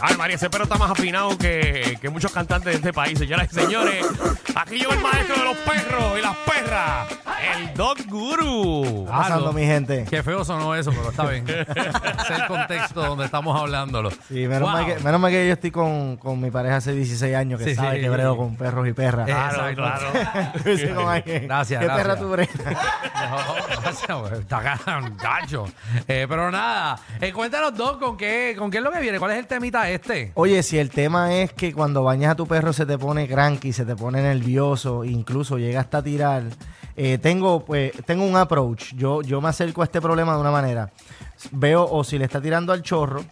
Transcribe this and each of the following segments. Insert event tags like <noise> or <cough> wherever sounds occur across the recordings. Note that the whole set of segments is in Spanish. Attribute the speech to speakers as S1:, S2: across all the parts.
S1: Ay, María, ese perro está más afinado que, que muchos cantantes de este país, señoras y señores. Aquí llegó el maestro de los perros y las perras, el Dog Guru.
S2: está pasando, mi gente?
S3: Qué feo sonó eso, pero está
S1: <laughs>
S3: bien. es el contexto donde estamos hablándolo.
S2: Sí, menos,
S3: Wow.
S2: mal que, menos mal que yo estoy con, con mi pareja hace 16 años, que
S3: Sí,
S2: sabe
S3: sí. Eh,
S2: que brego con perros y perras.
S1: Claro, claro.
S3: <laughs>
S2: <laughs> Sí, como hay que-
S3: Gracias,
S2: ¿Qué
S3: gracias.
S2: perra tú bregas?
S3: No, gracias, güey. Está gan- gacho. Eh, pero nada, eh, cuéntanos dos con qué, con qué es lo que viene. ¿Cuál es el temita este?
S2: <laughs> Oye, si el tema es que cuando bañas a tu perro se te pone cranky, se te pone nervioso, incluso llega hasta tirar. eh, tengo, pues, tengo un approach. Yo, yo me acerco a este problema de una manera. Veo o si le está tirando al chorro,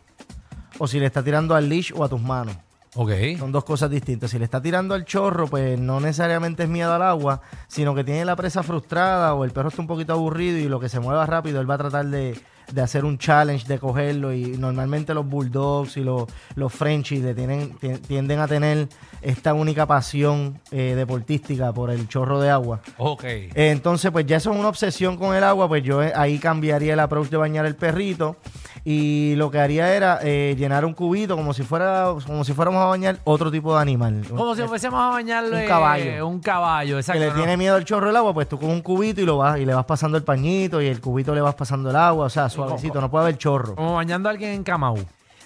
S2: o si le está tirando al leash o a tus manos.
S3: Ok.
S2: Son dos cosas distintas. Si le está tirando al chorro, pues no necesariamente es miedo al agua, sino que tiene la presa frustrada o el perro está un poquito aburrido y lo que se mueva rápido, él va a tratar de, de hacer un challenge, de cogerlo. Y normalmente los bulldogs y los, los frenchies le tienen, ti- tienden a tener esta única pasión eh, deportística por el chorro de agua.
S3: Ok.
S2: Eh, Entonces, pues ya eso es una obsesión con el agua, pues yo eh, ahí cambiaría el approach de bañar el perrito y lo que haría era eh, llenar un cubito como si fuera como si fuéramos a bañar otro tipo de animal.
S3: Como si fuésemos a bañarle
S2: Un caballo.
S3: Un caballo,
S2: que
S3: Oh, exacto.
S2: le
S3: ¿no?
S2: tiene miedo al chorro del agua, pues tú con un cubito y lo vas y le vas pasando el pañito y el cubito le vas pasando el agua, o sea, suavecito, no puede haber chorro.
S3: Como bañando a alguien en Camau.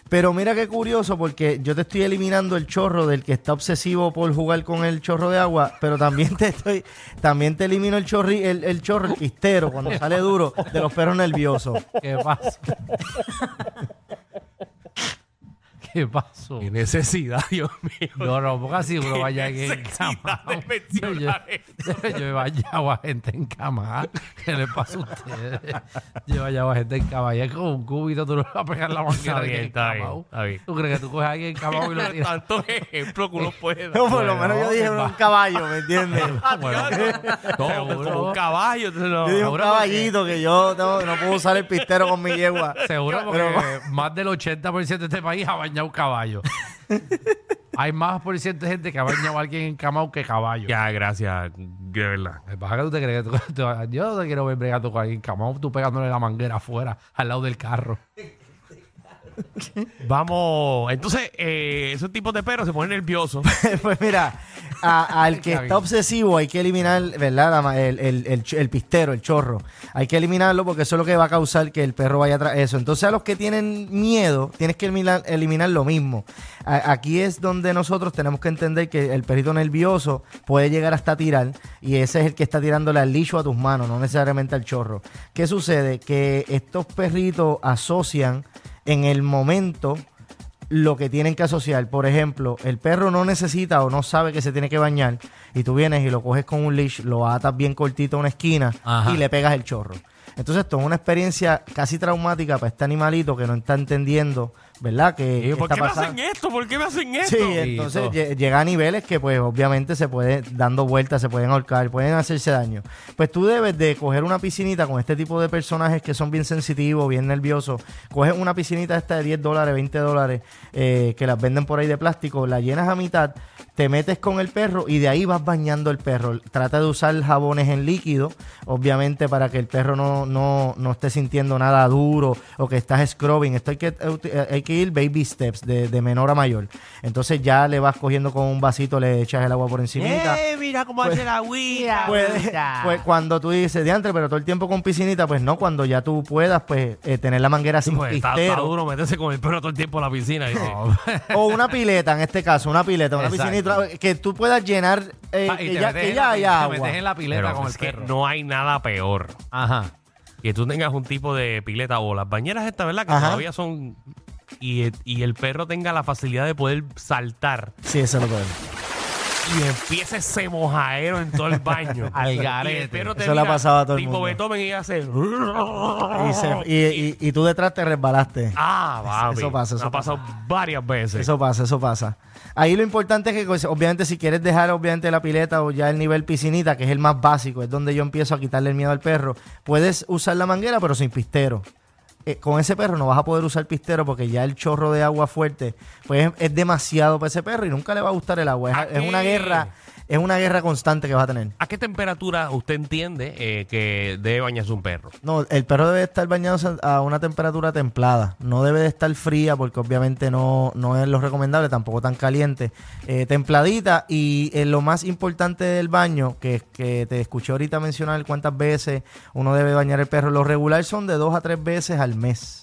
S2: Pero mira qué curioso, porque yo te estoy eliminando el chorro del que está obsesivo por jugar con el chorro de agua, pero también te estoy, también te elimino el chorri, el, el chorro, el pistero, cuando sale duro, de los
S3: <laughs>
S2: perros nerviosos.
S3: ¿Qué pasó? ¿Qué pasó?
S1: Qué necesidad, Dios <laughs> mío.
S3: No, no, porque así uno vaya aquí en
S1: necesidad
S3: cama.
S1: de mencionar
S3: Yo, yo he bañado a gente en cama. ¿ah? ¿Qué le pasa a ustedes? Yo he bañado a gente en cama. Y es como un cubito, tú no le vas a pegar la manguera
S1: Está
S3: a alguien
S1: bien,
S3: en
S1: está bien,
S3: cama.
S1: está bien.
S3: ¿Tú crees que tú coges a alguien en cama y
S1: <laughs>
S3: lo tiras?
S1: Tantos ejemplos que uno puede <laughs> dar.
S2: No, por lo menos yo dije
S3: que va.
S2: un caballo, ¿me entiendes?
S3: Bueno,
S1: Como un
S3: seguro,
S1: caballo. entonces no.
S2: Yo dije un
S3: Ahora
S2: caballito que yo no, no puedo usar el pistero con mi yegua.
S3: seguro porque más del 80% de este país ha bañado caballo. Hay más por ciento de gente que ha bañado a alguien en cama que caballo.
S1: Ya, gracias. De verdad.
S3: Me pasa Pues que tú te crees que tú- <laughs> tú- yo no te quiero ver bregando con alguien camón, tú pegándole la manguera afuera, al lado
S1: <laughs>
S3: del carro.
S1: Vamos. Entonces, eh, esos tipos de perros se ponen nerviosos.
S2: <laughs> pues mira, a- al
S3: Está
S2: que está
S3: bien.
S2: obsesivo hay que eliminar, ¿verdad? La ma- el, el- el ch- el pistero, el chorro. Hay que eliminarlo porque eso es lo que va a causar que el perro vaya atrás. Eso. Entonces a los que tienen miedo, tienes que eliminar, eliminar lo mismo. A- aquí es donde nosotros tenemos que entender que el perrito nervioso puede llegar hasta tirar y ese es el que está tirándole al licho a tus manos, no necesariamente al chorro. ¿Qué sucede? Que estos perritos asocian en el momento lo que tienen que asociar. Por ejemplo, el perro no necesita o no sabe que se tiene que bañar y tú vienes y lo coges con un leash, lo atas bien cortito a una esquina
S3: Ajá.
S2: y le pegas el chorro. Entonces, esto es una experiencia casi traumática para este animalito que no está entendiendo, ¿verdad? Que
S3: Sí,
S2: que
S1: ¿Por
S2: está
S1: qué me
S2: pasando.
S1: hacen esto? ¿Por qué me hacen
S2: Sí, eh,
S1: esto?
S2: entonces
S3: Listo.
S2: lle- llega a niveles que pues obviamente se puede dando vueltas, se pueden ahorcar, pueden hacerse daño. Pues tú debes de coger una piscinita con este tipo de personajes que son bien sensitivos, bien nerviosos. Coges una piscinita esta de 10 dólares, 20 dólares, eh, que las venden por ahí de plástico, la llenas a mitad, te metes con el perro y de ahí vas bañando el perro. Trata de usar jabones en líquido, obviamente para que el perro no, no, no esté sintiendo nada duro o que estás scrubbing. Esto hay que, eh, hay que ir baby steps, de, de menor a mayor. Entonces ya le vas cogiendo con un vasito, le echas el agua por encimita.
S1: Eh, mira cómo hace la guía.
S2: Puede- pues cuando tú dices, diantre, pero todo el tiempo con piscinita, pues no, cuando ya tú puedas, pues eh, tener la manguera sin
S1: Pues, está, está
S2: pistero.
S1: duro meterse con el perro todo el tiempo en la piscina. dice.
S2: O una pileta, en este caso, una pileta, una
S3: Exacto.
S2: piscinita, que tú puedas llenar, eh,
S3: Ah, <laughs> y
S2: que
S3: te
S2: ya,
S3: metes
S2: que
S3: en
S2: ya
S3: la-
S2: haya
S3: Te
S2: agua.
S3: metes en la pileta
S1: Pero
S3: con
S1: es
S3: el
S1: que
S3: perro.
S1: no hay nada peor
S3: Ajá.
S1: que tú tengas un tipo de pileta o las bañeras estas, ¿verdad? Que
S2: Ajá.
S1: todavía son... Y, y el perro tenga la facilidad de poder saltar
S2: Sí, eso es lo que es.
S1: y empieza ese mojaero en todo el
S2: <laughs>
S1: baño.
S3: Al
S1: Y el
S3: garete.
S1: perro
S2: Eso
S1: termina
S2: le ha pasado a todo el
S1: tipo
S2: mundo.
S1: Beethoven y hace.
S2: Y,
S1: Oh.
S2: se- y- y- y tú detrás te resbalaste.
S1: Ah, papi.
S2: Eso pasa, eso
S1: Me ha pasado varias veces.
S2: Eso pasa, eso pasa. Ahí lo importante es que, pues, obviamente, si quieres dejar, obviamente, la pileta o ya el nivel piscinita, que es el más básico, es donde yo empiezo a quitarle el miedo al perro, puedes usar la manguera, pero sin pistero. Eh, con ese perro no vas a poder usar pistero porque ya el chorro de agua fuerte, pues es, es demasiado para ese perro y nunca le va a gustar el agua. Es,
S1: Aquí.
S2: es una guerra, es una guerra constante que vas a tener.
S1: ¿A qué temperatura usted entiende eh, que debe bañarse un perro?
S2: No, el perro debe estar bañado a una temperatura templada. No debe de estar fría porque obviamente no, no es lo recomendable, tampoco tan caliente. Eh, templadita y eh, lo más importante del baño, que, que te escuché ahorita mencionar cuántas veces uno debe bañar el perro, lo regular son de dos a tres veces al mes.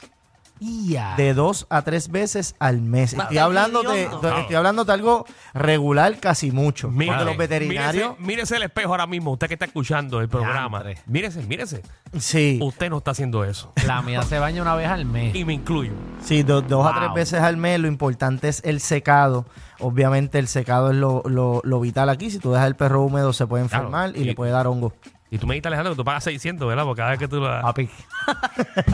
S3: Ya.
S2: De dos a tres veces al mes. Estoy
S4: está
S2: hablando de,
S4: hediondo.
S2: de- estoy hablando de algo regular casi mucho. Porque los veterinarios...
S1: Mírese, mírese el espejo ahora mismo, usted que está escuchando el programa.
S3: Diantre.
S1: Mírese, mírese.
S2: Sí.
S1: Usted no está haciendo eso.
S3: La mía se baña una vez al mes.
S1: Y me incluyo.
S2: Sí, do- dos a
S3: Wow.
S2: tres veces al mes. Lo importante es el secado. Obviamente el secado es lo, lo- lo vital aquí. Si tú dejas el perro húmedo se puede
S1: Claro,
S2: enfermar y
S1: y-
S2: le puede dar hongo.
S1: Y tú me dijiste, Alejandro, que tú pagas 600, ¿verdad? Porque cada vez que tú la... <laughs>
S3: Papi.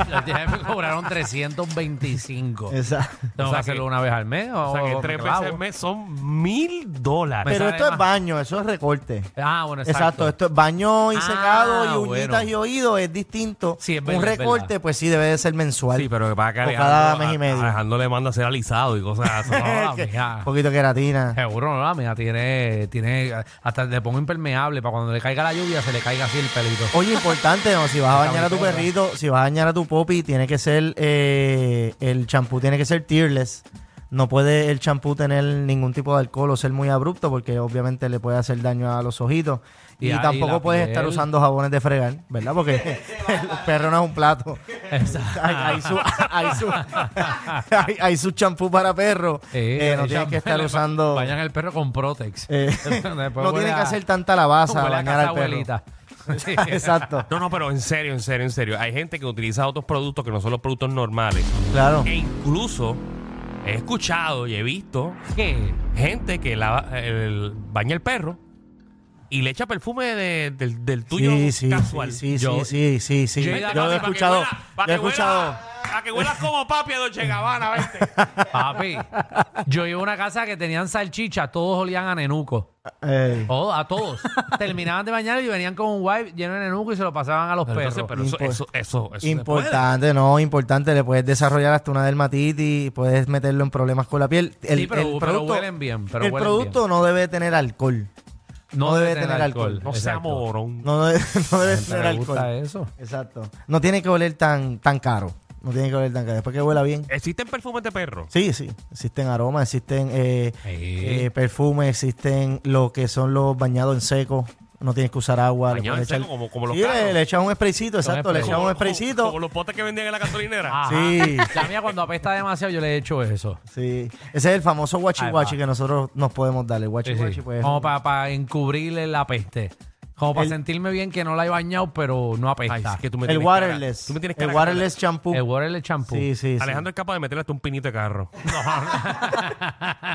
S3: Los días me cobraron 325. <laughs>
S2: Exacto.
S1: O
S3: Tengo
S1: sea
S3: que
S1: que-
S3: hacerlo una vez al mes. O,
S1: O sea, que
S3: me
S1: tres
S3: clavo.
S1: veces al mes son mil dólares.
S2: Pero
S3: sale
S2: esto es
S3: más.
S2: baño, eso es recorte.
S3: Ah, bueno,
S2: Exacto.
S3: exacto.
S2: esto es baño y
S3: Ah,
S2: secado y
S3: bueno.
S2: uñitas y oídos es distinto.
S3: Sí, es
S2: Un
S3: verdad, es
S2: recorte, pues sí, debe de ser mensual.
S1: Sí, pero que para que
S2: O cada mes y
S1: a-
S2: medio.
S1: Alejandro le manda a hacer alisado y cosas así.
S3: No,
S2: Que-
S3: la mía.
S2: Un poquito de queratina.
S3: Seguro, no, la mía tiene, tiene, hasta le pongo impermeable para cuando le caiga la lluvia se le caiga así el pelito.
S2: Oye, importante, ¿no? si vas a bañar a tu
S3: Cabezona.
S2: perrito, si vas a bañar a tu popi, tiene que ser, eh, el champú tiene que ser tearless. No puede el champú tener ningún tipo de alcohol o ser muy abrupto porque obviamente le puede hacer daño a los ojitos. Y,
S3: Y a- y
S2: tampoco
S3: la
S2: puedes
S3: piel.
S2: estar usando jabones de fregar, ¿verdad? Porque <laughs> el perro no es un plato. Hay, hay su, hay,
S3: <laughs>
S2: su, <laughs> hay, hay su champú para perro. Eh, no tienes que estar usando...
S3: Vayan el perro con Protex. <laughs>
S2: eh, no tienes que hacer tanta lavaza a bañar al perro.
S3: abuelita. Sí.
S2: <laughs> Exacto,
S1: <laughs> No, no, pero en serio, en serio, en serio. Hay gente que utiliza otros productos que no son los productos normales.
S2: claro.
S1: E incluso he escuchado y he visto
S3: ¿Qué?
S1: gente que lava- el- baña el perro y le echa perfume de- del, del tuyo
S2: sí, sí,
S1: casual.
S2: Sí, sí,
S3: Yo-
S2: sí, sí, sí. Yo,
S3: Yo-
S2: lo
S1: Papi, pa'
S2: he
S1: que
S2: escuchado.
S1: huela- pa'
S2: Yo he
S1: que huela-
S2: escuchado.
S1: pa' que huelas como papi a Dolce Gabbana, vente.
S3: Papi, yo iba a una casa que tenían salchicha, todos olían a nenuco.
S2: Ey,
S3: Todo- a
S2: <laughs>
S3: todos. Terminaban de bañar y venían con un wipe lleno de nenuco y se lo pasaban a los
S1: Pero,
S3: perros.
S1: entonces, pero eso,
S2: Impor-
S1: eso, eso, eso se
S2: importante, no, importante. Le puedes desarrollar hasta una dermatitis, puedes meterlo en problemas con la piel. El,
S3: Sí, pero-
S2: el
S3: pero
S2: producto,
S3: huelen bien, pero
S2: el
S3: huelen
S2: producto no debe tener alcohol. No debe tener alcohol.
S1: puede. No sea
S3: Exacto.
S1: morón.
S2: No debe, <laughs> no debe
S3: Gente,
S2: tener
S3: me gusta
S2: alcohol.
S3: eso.
S2: Exacto. No tiene que oler tan, tan caro. No tiene que oler tan caro. Después que huela bien.
S1: ¿Existen perfumes de perro?
S2: Sí, sí. Existen aromas, existen eh,
S3: Sí.
S2: eh, perfumes, existen lo que son los bañados en seco. No tienes que usar agua. le
S1: Bañado
S2: puedes
S1: en seco, como- como los
S2: Sí, le,
S1: carros.
S2: le echas un spraycito, exacto.
S3: spray.
S2: Le echas un
S1: como, como
S2: spraycito.
S1: los potes que vendían en la gasolinera.
S3: Ajá.
S2: Sí.
S3: La mía cuando apesta demasiado yo le he hecho eso.
S2: Sí. Ese es el famoso guachi
S3: Ahí
S2: guachi
S3: va.
S2: que nosotros nos podemos dar. El guachi
S3: Sí, sí.
S2: guachi, pues.
S3: Como para encubrirle la peste. Como para
S2: El-
S3: sentirme bien que no la he bañado, pero no
S1: Ay,
S3: apesta.
S1: es que tú me
S2: el
S1: tienes cara-
S2: waterless.
S1: tú me tienes cara
S2: el
S1: que-
S2: waterless champú.
S3: El water el champú.
S2: Sí, sí. sí.
S1: Alejandro es capaz de meterle hasta un pinito de carro.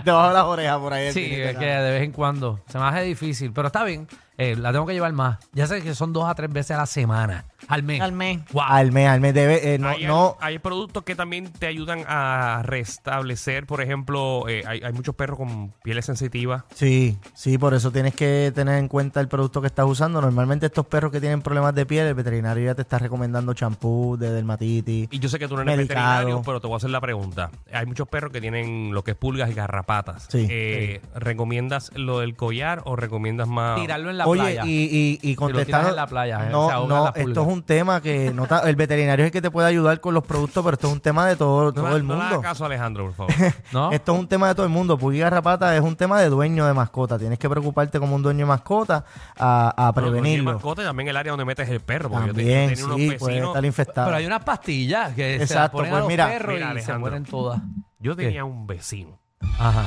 S2: Debajo de las orejas por ahí. él
S3: Sí,
S2: tiene que
S3: es que
S2: dar.
S3: de vez en cuando se me hace difícil, pero está bien. Eh, la tengo que llevar más. Ya sé que son dos a tres veces a la semana, al mes.
S4: Al mes.
S3: Guau.
S2: Al mes, al mes debe. eh, no,
S1: hay,
S2: no.
S1: hay productos que también te ayudan a restablecer, por ejemplo, eh, hay, hay muchos perros con pieles sensitivas.
S2: Sí, sí, por eso tienes que tener en cuenta el producto que estás usando. Normalmente estos perros que tienen problemas de piel, el veterinario ya te está recomendando champú de dermatitis.
S1: Y yo sé que tú no eres
S2: Medicado.
S1: veterinario, pero te voy a hacer la pregunta. Hay muchos perros que tienen lo que es pulgas y garrapatas.
S2: Sí.
S1: Eh, ¿Recomiendas lo del collar o recomiendas más...?
S3: Tirarlo en la
S2: Oye,
S3: playa.
S2: y, y,
S3: lo
S2: y
S3: tiras
S2: contestando.
S3: en la playa, eh, se
S2: no,
S3: ahogan
S2: no,
S3: las pulgas.
S2: esto es un tema que no ta- el veterinario es el que te puede ayudar con los productos, pero esto es un tema de todo,
S1: No,
S2: todo
S1: le-
S2: el
S1: no le hagas
S2: mundo.
S1: caso a Alejandro, por
S2: <laughs>
S1: favor.
S3: ¿No?
S2: Esto es un tema de todo el mundo. Pulga y garrapata es un tema de dueño de mascota. Tienes que preocuparte como un dueño de mascota a, a
S1: Bueno,
S2: prevenirlo.
S1: cualquier mascota y también el área donde metes el perro. Porque yo te- yo
S2: También,
S1: tenía unos
S2: sí, pues, puede
S1: vecinos-
S2: estar infectado.
S3: pero hay unas pastillas que se las
S2: Exacto,
S3: ponen a
S2: pues
S3: los
S2: mira,
S3: perros
S1: mira,
S3: y se
S1: Alejandro.
S3: mueren todas.
S1: Yo tenía un vecino.
S3: Ajá,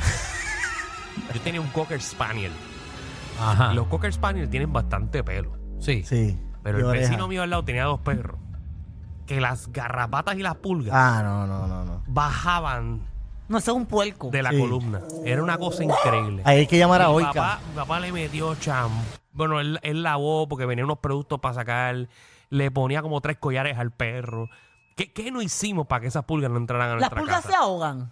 S1: Yo tenía un Cocker Spaniel.
S2: Ah.
S3: ajá.
S1: Los Cocker Spaniel tienen bastante pelo.
S3: sí.
S2: Sí.
S1: Pero
S2: y
S1: el
S2: oreja.
S1: vecino mío al lado tenía dos perros. Que las garrapatas y las pulgas
S2: Ah, no, no, no, no.
S1: bajaban
S4: No, eso es un puerco.
S1: de la
S2: Sí.
S1: columna. Era una cosa increíble.
S2: Ahí hay que llamar a
S1: mi,
S2: Oica.
S1: papá, mi papá le metió cham. Bueno, él, él lavó porque venían unos productos para sacar. Le ponía como tres collares al perro. ¿Qué, qué no hicimos para que esas pulgas no entraran a
S4: Las
S1: nuestra
S4: pulgas
S1: casa?
S4: se ahogan.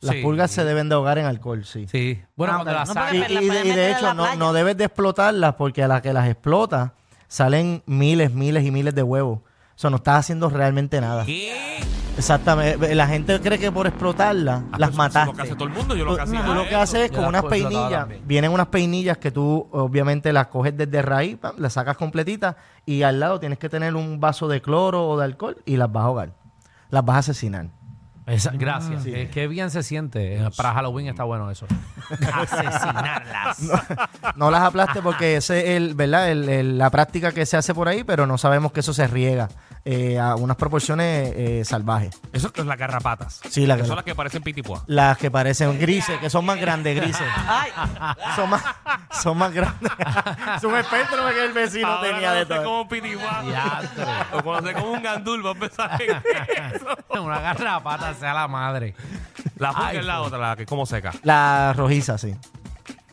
S2: Las
S1: Sí.
S2: pulgas se deben de ahogar en alcohol, sí.
S3: Sí. Bueno,
S4: Ah,
S3: cuando
S4: ok.
S3: la
S4: No,
S3: saca-
S2: Y,
S4: Pero
S2: y
S4: las
S2: de,
S4: puedes
S2: y de
S4: meter en
S2: hecho,
S4: la
S2: no,
S4: playa.
S2: no debes de explotarlas porque a la que las explotas salen miles, miles y miles de huevos. O sea, no estás haciendo realmente nada.
S1: ¿Qué?
S2: Exactamente. La gente cree que por explotarlas las
S1: Eso
S2: mataste.
S1: Ah, pues, Lo que hace todo el mundo, yo lo
S2: Tú-
S1: que hacía.
S2: tú lo que
S1: era
S2: haces es
S3: Yo
S2: con
S3: las
S2: unas
S3: puedo explotar
S2: peinillas,
S3: también.
S2: vienen unas peinillas que tú obviamente las coges desde raíz, pam, las sacas completitas y al lado tienes que tener un vaso de cloro o de alcohol y las vas a ahogar. Las vas a asesinar.
S3: Esa- gracias. Eh, qué bien se siente. Eh, Para Halloween está bueno eso.
S4: Asesinarlas.
S2: No las aplastes porque ese es el, ¿verdad? El- el- la práctica que se hace por ahí, pero no sabemos que eso se riega eh, a unas proporciones eh, salvajes.
S1: Eso es las garrapatas.
S2: Sí, las
S1: que son
S2: garra-
S1: las que parecen pitipuá.
S2: Las que parecen grises, que son más grandes, grises.
S4: Ay,
S2: Son más, son más grandes. es un espectro que el vecino
S1: Ahora
S2: tenía de
S1: conoce
S2: todo.
S1: como pitipuá.
S3: Diantre.
S1: Lo conoce como un gandul, va a empezar
S2: <laughs>
S1: en eso.
S3: <laughs> Una garrapata sea la madre.
S1: La pulga
S3: Ay,
S1: es la otra, la que como seca.
S2: La rojiza, sí.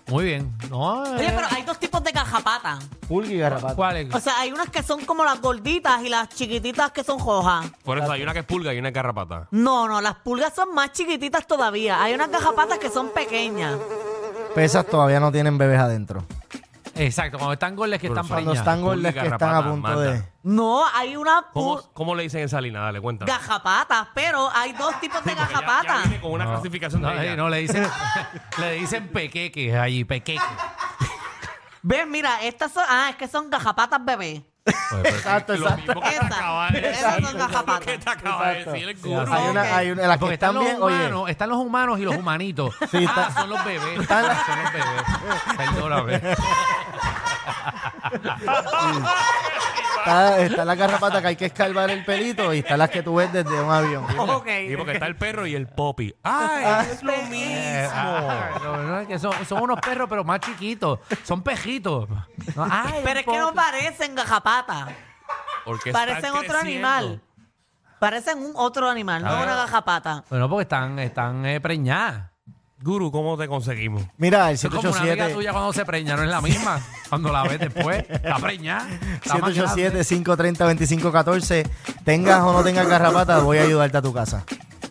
S3: Muy bien. No, eh,
S4: oye, pero hay dos tipos de garrapatas.
S2: Pulga y garrapata.
S3: ¿Cuál es?
S4: O sea, hay unas que son como las gorditas y las chiquititas que son hojas.
S1: Por eso hay una que es pulga y una que es garrapata.
S4: No, no, las pulgas son más chiquititas todavía. Hay unas garrapatas que son pequeñas.
S2: Pesas todavía no tienen bebés adentro.
S3: Exacto, cuando están goles que
S1: Pero
S3: están
S1: son
S2: Cuando
S1: Niña,
S3: preñadas.
S2: están
S1: pulga y
S2: gordas que están a
S1: garrapata,
S2: punto
S1: manda.
S2: de.
S4: No, hay una
S1: ¿Cómo,
S4: pu-
S1: cómo le dicen en Salina? Dale, cuéntame.
S4: gajapatas, pero hay dos tipos de
S1: Porque ya- ya
S4: gajapatas.
S1: viene con una clasificación
S3: No,
S1: de
S3: eh,
S1: ella.
S3: no, le
S2: <laughs>
S3: dicen, le dicen pequeque allí, pequeque.
S4: Ven, mira, estas son, ah, es que son gajapatas bebé.
S2: <laughs> Exacto,
S1: Lo mismo que te
S4: Esa.
S1: acaba de
S4: Esas son
S1: decir, lo mismo
S4: gajapatas.
S1: que te acaba de
S2: Exacto.
S1: decir el
S2: Sí,
S1: gurú.
S2: Hay una, hay una, las que
S3: Porque
S2: están
S3: están los,
S2: bien, oye.
S3: humanos, están los humanos y los humanitos.
S2: <laughs> Sí,
S3: ah,
S2: está-
S3: son los
S2: <laughs>
S3: bebés. Son los bebés. Perdóname.
S2: Está, está la garrapata que hay que escalvar el pelito y están las que tú ves desde un avión.
S4: Ok.
S1: Y porque está el perro y el Ah, popi. ¡Ay, es lo mismo!
S3: eh, Ah, no, no, es que son, son unos perros, pero más chiquitos. Son pejitos. No, ay,
S4: Pero es que no parecen gajapatas.
S1: Porque están
S4: Parecen otro
S1: creciendo.
S4: animal. Parecen un otro animal, no
S3: ver.
S4: una gajapata.
S3: Bueno, porque están, están eh, preñadas.
S1: Guru, ¿cómo te conseguimos?
S2: Mira, el
S3: Es como una amiga tuya
S2: 787.
S3: cuando se preña, no es la misma. Cuando la ves después, está preñada. está más grande.
S2: 787-530-2514. Tengas o no tengas garrapata, voy a ayudarte a tu casa.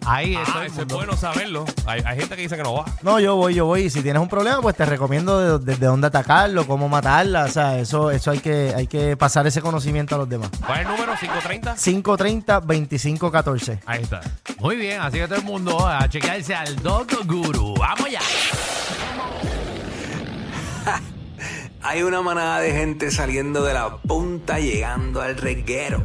S3: Ahí, eso
S1: Ah, eso
S3: es el
S1: es
S3: mundo.
S1: bueno saberlo. Hay, hay gente que dice que no va.
S2: No, yo voy, yo voy. Y si tienes un problema, pues te recomiendo de- desde dónde atacarlo, cómo matarla. O sea, eso, eso hay que, hay que pasar ese conocimiento a los demás.
S1: ¿Cuál es el número? ¿530?
S2: 530-2514.
S1: Ahí está.
S3: Muy bien, así que todo el mundo a chequearse al Dog Guru. Vamos ya.
S5: Hay una manada de gente saliendo de la punta llegando al reguero.